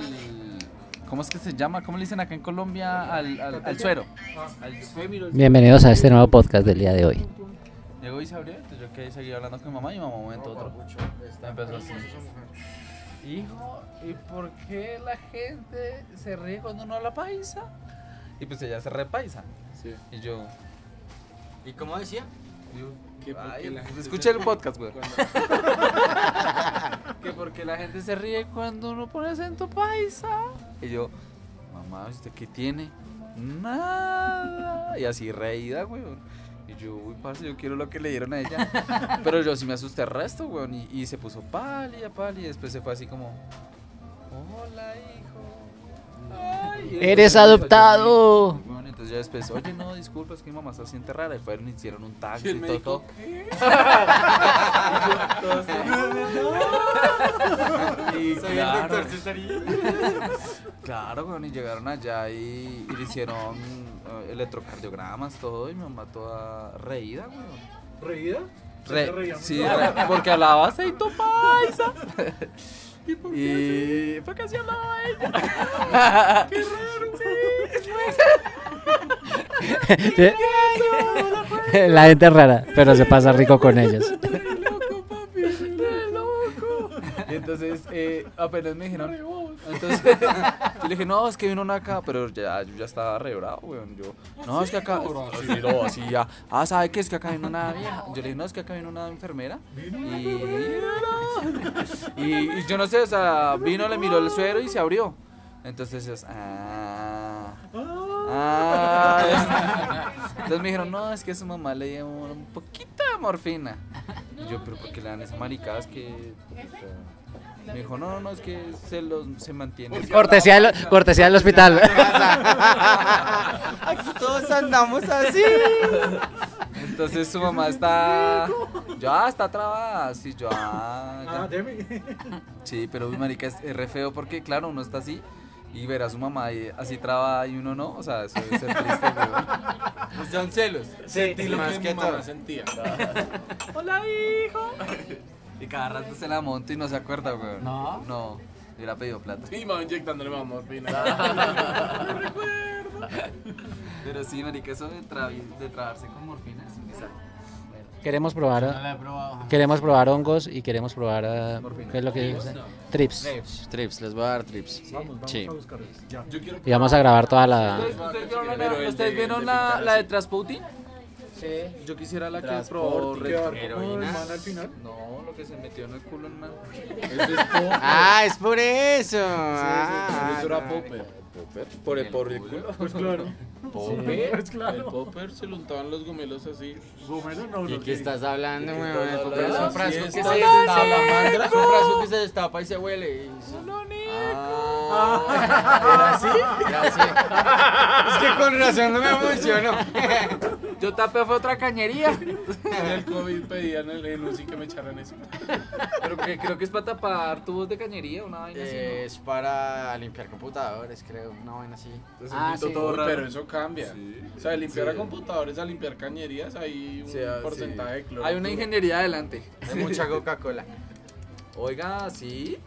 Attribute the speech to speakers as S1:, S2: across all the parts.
S1: Mm, ¿Cómo es que se llama? ¿Cómo le dicen acá en Colombia al, al, al suero? Al suero.
S2: Bienvenidos a este nuevo podcast del día de hoy.
S1: Llegó y se abrió, entonces yo que seguí hablando con mi mamá y mi mamá un momento a otro.
S3: este,
S1: Pues Empezó así. Hijo, ¿y por qué la gente se ríe cuando uno habla paisa? Y pues ella se repaisa.
S4: Sí.
S1: Y yo,
S5: ¿Y cómo decía?
S4: Que porque
S1: ay,
S4: la
S3: pues,
S4: gente
S1: escuché
S4: se-
S1: el podcast, güey.
S4: cuando-
S1: Que porque la gente se ríe cuando uno pone acento paisa. Y yo, mamá, ¿usted qué tiene? Nada. Y así reída, weón. Y yo, uy, parce, yo quiero lo que le dieron a ella. Pero yo sí me asusté al resto, weón. Y, y se puso pálida, pálida. Y después se fue así como, hola, hijo. Ay, y entonces
S2: ¡Eres
S1: yo,
S2: adoptado!
S1: "Sí, weón". entonces ya después, oye, no, disculpa, es que mi mamá se siente rara. Y fueron, hicieron un
S4: Y
S1: taxi
S4: el
S1: y todo.
S4: médico,
S1: todo.
S4: ¿qué?
S1: Y
S5: Soy
S1: claro,
S5: el doctor Cesarín.
S1: Claro, weón, y llegaron allá y, y le hicieron eh, electrocardiogramas, todo, y mi mamá toda reída, weón.
S4: ¿Reída?
S1: Re-
S4: Se reía
S1: sí,
S4: mucho.
S1: re- porque hablaba aceito paisa. y fue que así hablaba ella. ¡Qué raro!
S2: La gente es rara, pero se pasa rico con ellos.
S1: loco, papi! loco! Y entonces, eh, apenas me dijeron. Entonces, yo le dije, no, es que vino una acá, pero ya, yo ya estaba re bravo, weón. Yo, no, es que acá. Sí, no, así ya. Ah, ¿sabe qué? Es que acá vino una vieja. Yo le dije, no, es que acá vino una enfermera. Y, y, y yo no sé, o sea, vino, le miró el suero y se abrió. Entonces, es, ah. Ah, es- entonces me dijeron, no, es que su mamá le dio un poquito de morfina. Y yo, pero ¿por qué le dan esas maricadas que...? o sea?". Me dijo, no, no, no, es que se, los, se mantiene.
S2: Pues
S1: "Ah,
S2: Cortesía del, cortesía del hospital.
S5: Aquí todos andamos así.
S1: Entonces su mamá está... Ya, está trabada. Sí, yo, ah, ya.
S4: Ah, Demi.
S1: Sí, pero uy, marica, es, es re feo porque, claro, uno está así y ver a su mamá ahí- así trabada y uno no. O sea, eso es ser triste, weón. Pues
S5: Son celos.
S4: Sentí lo
S5: más
S4: que
S5: que
S4: mi mamá
S5: todo.
S4: sentía.
S1: Y cada rato se la monta y no se acuerda, weón. No. No, le hubiera pedido plata.
S4: Y mi mamá inyectándole mamá morfina.
S1: Pero sí, marica, eso de, tra- de trabarse con morfina es un desastre.
S2: Queremos probar, queremos probar hongos y queremos probar ah, ¿qué es lo que trips.
S3: Trips, trips, les voy a dar trips.
S4: Vamos, vamos
S3: Sí.
S4: a buscarlos. Ya. Yo quiero
S2: Y vamos a grabar toda la
S1: ¿Ustedes, ustedes vieron,
S4: Pero
S1: la,
S4: el
S1: ¿ustedes
S4: de-
S1: vieron
S4: de
S1: la,
S4: pintar
S1: la de
S4: así.
S1: Trasputin? Sí. Yo quisiera la que probó
S4: Transporte,
S1: Red-
S5: heroína.
S4: Hermana, al final.
S1: No, lo que se metió en el culo en man.
S3: Ah, es por eso. Ah,
S4: Eso era Popper.
S1: Por el por el culo.
S4: Pues claro.
S5: Popper.
S4: Pues El claro.
S5: Popper se lo untaban los gomelos así.
S4: Gomelo no.
S3: ¿Y
S4: los
S3: qué
S4: gays.
S3: estás hablando, weón? El
S5: Pero
S3: Popper
S5: es
S3: es
S5: un
S3: un
S5: frasco
S3: frasco
S5: que
S3: que
S5: se
S3: se
S5: destapa,
S3: destapa. Es un frasco que se destapa y se huele.
S5: ¿Era así?
S3: Es que con razón no me funcionó.
S1: Yo tapé fue otra cañería.
S4: En el COVID pedían el, el UCI que me echaran eso.
S1: Pero que, creo que es para tapar tubos de cañería, una vaina así.
S3: Es para limpiar computadores, creo. Una vaina así.
S4: Entonces,
S1: Ah,
S4: listo,
S1: sí.
S4: todo
S1: Uy,
S4: raro.
S1: pero
S4: Pero eso cambia. O sea, de limpiar a computadores a limpiar cañerías hay un
S5: Sí, ah, sí.
S4: porcentaje de
S1: ¿no?
S4: cloro.
S1: Hay una ingeniería adelante.
S3: Hay mucha Coca-Cola.
S1: Oiga, sí.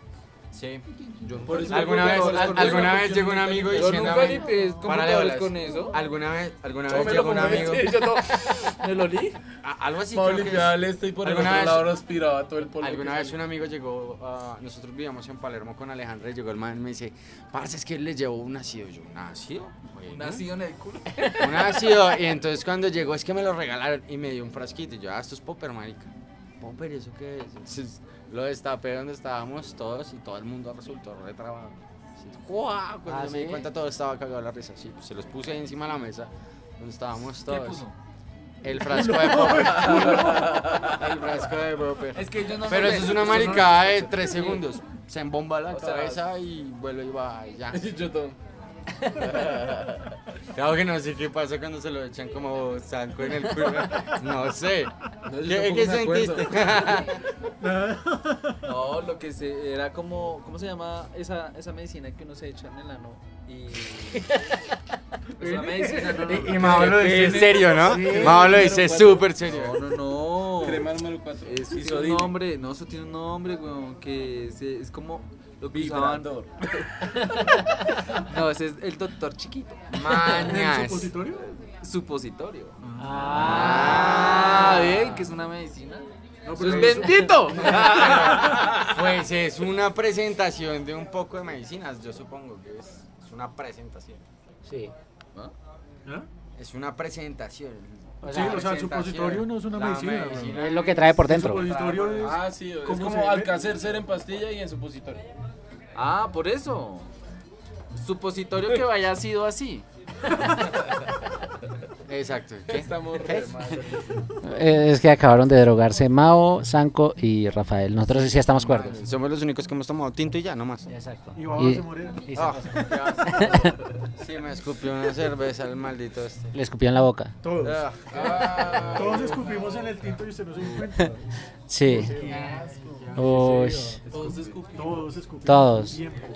S3: Sí.
S1: Yo
S4: Por eso-
S3: Alguna vez, al- alguna vez llegó un amigo
S1: Yo nunca
S3: diciéndome.
S1: limpié computadores
S3: Párale,
S1: con
S3: bolas.
S1: eso.
S3: Alguna vez, alguna
S4: Yo
S3: vez
S4: me
S3: llegó
S4: lo
S3: un amigo.
S4: convencí, yo todo.
S1: ¿Me lo olí?
S3: a- Algo así.
S4: Pablo
S3: creo que es.
S4: limpiaba el este y por el
S3: ¿Alguna
S4: otro
S3: vez-
S4: lado aspiraba todo el polvo.
S3: Alguna
S4: que
S3: vez un
S4: salía.
S3: amigo llegó, ah, nosotros vivíamos en Palermo con Alejandra y llegó el man y me dice, parce, es que él le llevó un ácido. Yo, ¿un ácido?
S1: Un
S3: Bueno,
S1: ácido en el culo.
S3: Un ácido. Y entonces cuando llegó es que me lo regalaron y me dio un frasquito. Y yo, ah, esto es popper, marica. Popper, ¿y eso qué es? Entonces, lo destapé donde estábamos todos y todo el mundo resultó retrabado. Así, ¡guau! Cuando
S2: Ah,
S3: me di
S2: ¿sí?
S3: cuenta todo estaba cagado de la risa. Sí, pues, se los puse ahí encima de la mesa donde estábamos todos. El frasco de popper. el frasco de popper.
S1: Es que yo no
S3: Pero
S1: sé-
S3: eso es una
S1: no-
S3: maricada de 3 segundos. Se embomba la
S1: O sea,
S3: cabeza y vuelve y va y ya.
S4: Yo todo.
S3: Claro que no sé qué pasa cuando se lo echan como zanco en el culo. No sé.
S4: yo
S3: ¿Qué,
S4: tampoco
S3: qué
S4: me acuerdo.
S3: sentiste?
S1: No, lo que se era como. ¿Cómo se llama esa, esa medicina que uno se echa en el ano? Y. Es una medicina, no, no. no.
S3: Mao lo dice en serio, ¿no? Mao lo dice súper serio.
S1: No, no, no.
S4: Crema número 4.
S1: Eso tiene un nombre, no, eso tiene un nombre, weón, que es, es como Lo que usaban.
S4: Vibrador.
S1: No, ese es el doctor chiquito.
S3: Mañas.
S4: ¿Supositorio?
S1: Supositorio.
S2: Ah,
S1: Ah, bien, que es una medicina. ¡Eso
S4: pero
S1: es
S4: eso-
S1: bendito!
S3: Pues es una presentación de un poco de medicinas, yo supongo que es, es una presentación.
S2: Sí.
S4: ¿Eh?
S3: Es una presentación.
S2: O sea,
S4: Sí, o sea, el
S3: presentación.
S4: supositorio no es una
S3: La
S4: medicina.
S3: medicina.
S4: weón.
S2: Es lo que trae por
S4: El
S2: dentro.
S4: supositorio es.
S5: Ah, sí, es
S4: ¿Cómo
S5: como
S4: se ve?
S5: alcanzar ser en pastilla y en supositorio.
S1: Ah, por eso. Supositorio que vaya sido así.
S3: Exacto. ¿Qué?
S5: Estamos re mal.
S2: Eh, Es que acabaron de drogarse Mao, Sanco y Rafael. Nosotros sí estamos cuerdos.
S3: Somos los únicos que hemos tomado tinto y ya, nomás.
S2: Exacto.
S4: Y vamos a Ah. morir.
S2: Ah.
S3: Sí, me escupió una cerveza el maldito este.
S2: Le escupió en la boca.
S4: Todos.
S3: Ah,
S4: Todos escupimos en el tinto y usted no se dio cuenta.
S2: Sí. Uy.
S5: Todos escupimos.
S4: Todos escupimos.
S2: Todos.
S4: Tiempo.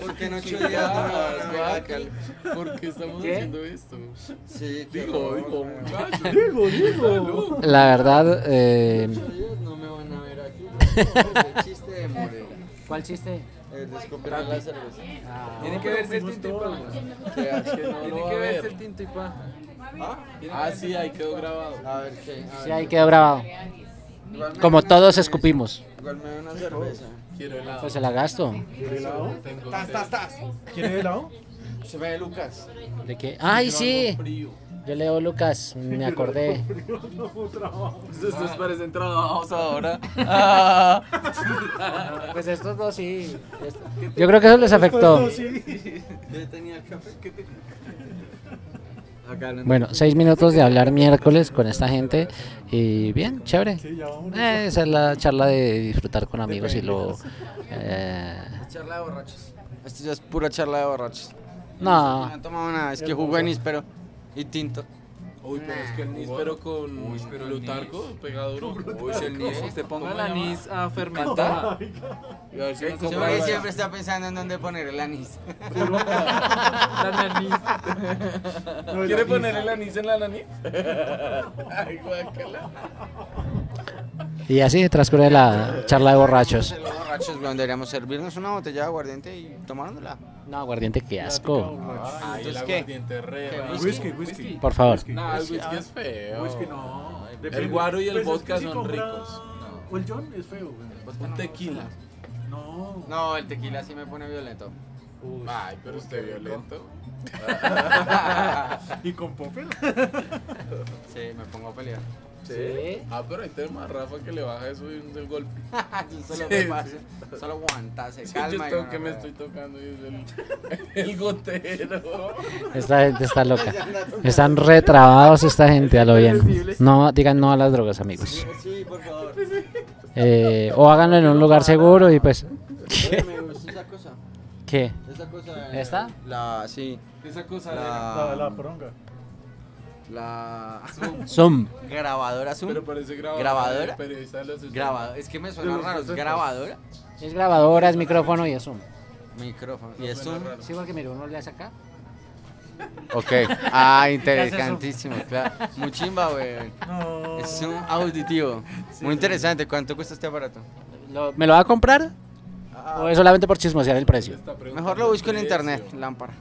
S3: ¿Por qué no Ah,
S5: Chingadas,
S3: chuleas?
S5: guácala. ¿Por qué estamos haciendo esto?
S3: Sí, qué
S5: Digo,
S3: horror,
S5: digo,
S3: weón.
S5: muchacho.
S4: Digo, digo.
S2: La verdad, eh,
S3: Ellos no me van a ver aquí. El chiste de morir.
S2: ¿Cuál chiste?
S3: El de escupir la cerveza.
S1: Tiene que verse el tinto y paja.
S5: No lo
S1: Tiene
S5: va
S1: que
S5: a
S1: verse el
S5: ver.
S1: tinto y paja.
S5: Ah, sí, ahí quedó grabado.
S3: A ver qué. Ah, a
S2: Sí,
S3: ver.
S2: ahí quedó grabado.
S3: Igual me da
S2: Como
S3: una
S2: todos
S3: cerveza.
S2: escupimos.
S3: Igual me da una cerveza.
S5: Quiero helado.
S2: Pues se la gasto.
S4: ¿Quién es helado?
S3: Se ve Lucas.
S2: ¿De qué? ¡Ay, sí!
S5: Frío.
S2: Yo leo Lucas, me acordé.
S4: No, trabajo.
S1: Estos parecen trabajados ahora. Ah.
S2: Pues estos dos sí. Yo creo que eso les afectó.
S4: Pues, no, sí.
S3: Yo tenía el café. ¿Qué tenía?
S2: Bueno, seis minutos de hablar miércoles con esta gente. Y bien, chévere.
S4: Sí, ya vámonos.
S2: Eh, esa es la charla de disfrutar con amigos y lo. eh,
S3: Charla de borrachos. Esto ya es pura charla de borrachos. No
S2: no,
S3: he tomado nada, es que jugué en Ispero y tinto.
S5: Uy, pero es que el NIS, pero con Plutarco, pega duro. Uy, si el NIS,
S1: Usted
S5: usted
S1: ponga
S5: ponga
S1: el
S5: la NIS.
S1: anís a fermentar.
S5: Y a ver si
S1: Eh,
S5: nos
S1: ¿cómo
S3: Seguro
S5: compra
S1: es?
S3: que
S5: algo.
S3: siempre está pensando en dónde poner el anís.
S1: La anís.
S4: No,
S5: ¿Quiere
S4: la-
S5: poner el anís en la nariz? Ay, guácala.
S2: y así transcurre la charla de borrachos.
S3: Los borrachos, weón, deberíamos servirnos una botella de aguardiente y tomárnosla.
S2: No, aguardiente, qué asco.
S5: Ay, el
S3: ¿entonces qué?
S5: aguardiente re. raro.
S4: Whisky, whisky.
S2: Por favor.
S5: Nah, el whisky es feo.
S4: Whisky no.
S5: El guaro y el
S4: Pues es que
S5: vodka
S4: si
S5: son
S4: compra-
S5: ricos.
S4: O el John es feo, güey.
S5: Un tequila.
S4: No.
S3: Pues No, el tequila sí me pone violento.
S5: Ay, pero usted violento.
S4: Y con Popper.
S3: Sí, me pongo a pelear.
S2: Sí.
S5: Ah, pero ahí tenemos a Rafa que le baja eso de un de golpe.
S3: Yo solo
S5: Sí,
S3: me
S5: sí.
S3: paso, solo aguanta, se
S5: Sí,
S3: calma. y
S5: yo
S3: yo
S5: tengo que
S3: no
S5: me
S3: puedo.
S5: estoy tocando y es el, el gotero.
S2: Esta gente está loca. Están retrabados esta gente a lo bien. No digan no a las drogas, amigos.
S3: Sí, por favor.
S2: Eh, o háganlo en un lugar seguro y pues.
S3: Oye, me gusta esa cosa.
S2: ¿Qué?
S3: Esa cosa. eh,
S2: ¿Esta?
S3: La, sí.
S5: Esa cosa
S3: La.
S4: La, la poronga.
S3: la-
S2: Zoom.
S3: grabadora Zoom.
S5: Pero pues, parece grabadora.
S3: ¿Grabadora?
S5: El periodista de los
S3: Grabado. Es que me suena raro.
S5: pues,
S3: ¿Es grabadora?
S2: Es grabadora, es micrófono y es Zoom.
S3: Micrófono. ¿Y
S5: Me
S3: es
S5: suena
S3: Zoom?
S5: raro.
S2: Sí, porque mira, uno le hace acá.
S3: Ok. Ah, interesantísimo. Claro. Muy chimba, güey.
S4: No.
S3: Es Zoom auditivo. Muy interesante. ¿Cuánto cuesta este aparato?
S2: Lo- ¿Me lo va a comprar? ¿O es solamente por chismosear el precio?
S5: Está preguntando
S3: Mejor lo busco en
S5: el
S3: internet.
S5: precio.
S3: Lámpara.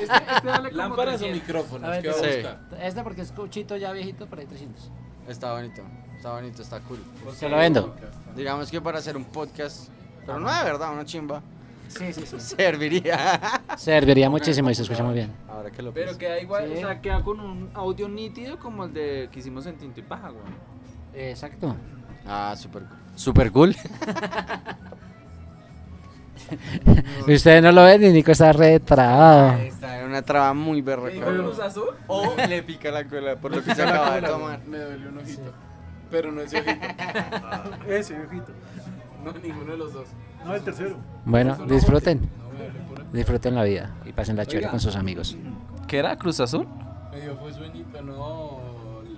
S5: Este, Lámparas o micrófonos,
S2: A ver,
S5: ¿qué va a
S3: sí.
S5: buscar?
S2: Este porque es cuchito ya viejito, por ahí 300.
S3: Está bonito. Está bonito. Está cool.
S2: Se lo vendo.
S3: Digamos que para hacer un podcast. Pero no de verdad, una chimba.
S2: Sí, sí, sí.
S3: Serviría.
S2: Serviría muchísimo y se escucha muy bien.
S3: Ahora que lo
S1: Pero
S3: pienso.
S1: queda igual,
S2: Sí.
S1: o sea, queda con un audio nítido como el de que hicimos en tinto y paja, güey.
S2: Exacto.
S3: Ah, super cool. Super cool.
S2: Y ustedes no lo ven y Nico está retrabado.
S3: Está en una traba muy berreca.
S1: azul?
S3: O le pica la cola por lo que se acaba de tomar.
S5: Me duele un ojito. Pero no ese ojito.
S4: Ese, viejito.
S5: No, ninguno de los dos.
S4: No, el tercero.
S2: Bueno, disfruten.
S5: No me duele por acá.
S2: Disfruten la vida y pasen la chévere con sus amigos.
S1: ¿Qué era? ¿Cruz Azul?
S5: Me dio fue sueñito, no.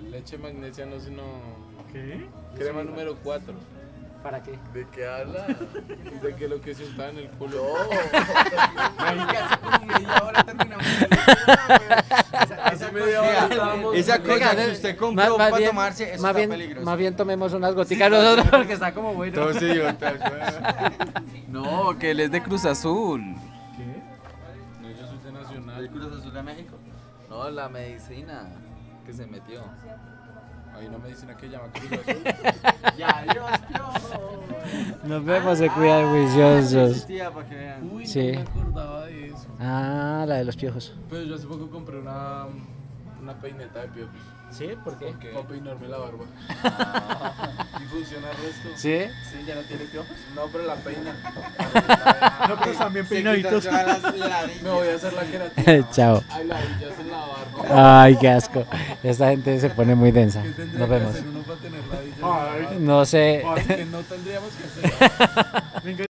S5: Leche magnesia, no, sino.
S4: ¿Qué?
S5: Crema número 4.
S2: ¿Para qué?
S5: ¿De qué habla? De que lo que se usa en el culo.
S3: Marica, hace como media hora terminamos.
S5: Hace media hora.
S3: Esa cosa que usted compró
S2: más
S3: para
S2: bien-
S3: tomarse, eso
S2: más
S3: está
S2: bien,
S3: peligroso.
S2: Más bien tomemos unas goticas nosotros porque está como bueno.
S3: Todos idiotas. weón.
S1: No, que él es de Cruz Azul.
S5: No, yo soy de Nacional.
S3: Cruz Azul de México?
S1: No, la medicina que se metió.
S5: Ahí no me dicen a qué llama Cruz Azul.
S3: Ya, Dios, piojo.
S2: Nos vemos de cuidar juiciosos.
S3: Existía, para que vean.
S5: Uy,
S2: Sí.
S5: no me acordaba de eso.
S2: Ah, la de los piojos.
S5: Pero Pues yo hace poco compré una, una peineta de piojos.
S2: ¿Sí? ¿Por qué?
S5: Para peinarme la barba. y funciona el resto.
S2: ¿Sí?
S5: Sí, ya no tiene piojos. No, pero la peina.
S4: No, pero están bien
S3: Se quitan
S4: peinaditos.
S3: todas las ladillas.
S5: Me voy a hacer la queratina.
S2: Chao.
S5: Hay ladillas en la barba.
S2: Ay, qué asco. Esta gente se pone muy densa.
S5: ¿Qué tendría
S2: Nos
S5: que
S2: vemos.
S4: 啊
S5: hacer uno para tener ladillas? en la
S4: Ay.
S5: barba?
S2: No sé.
S5: Que no tendríamos que hacer.
S4: Venga,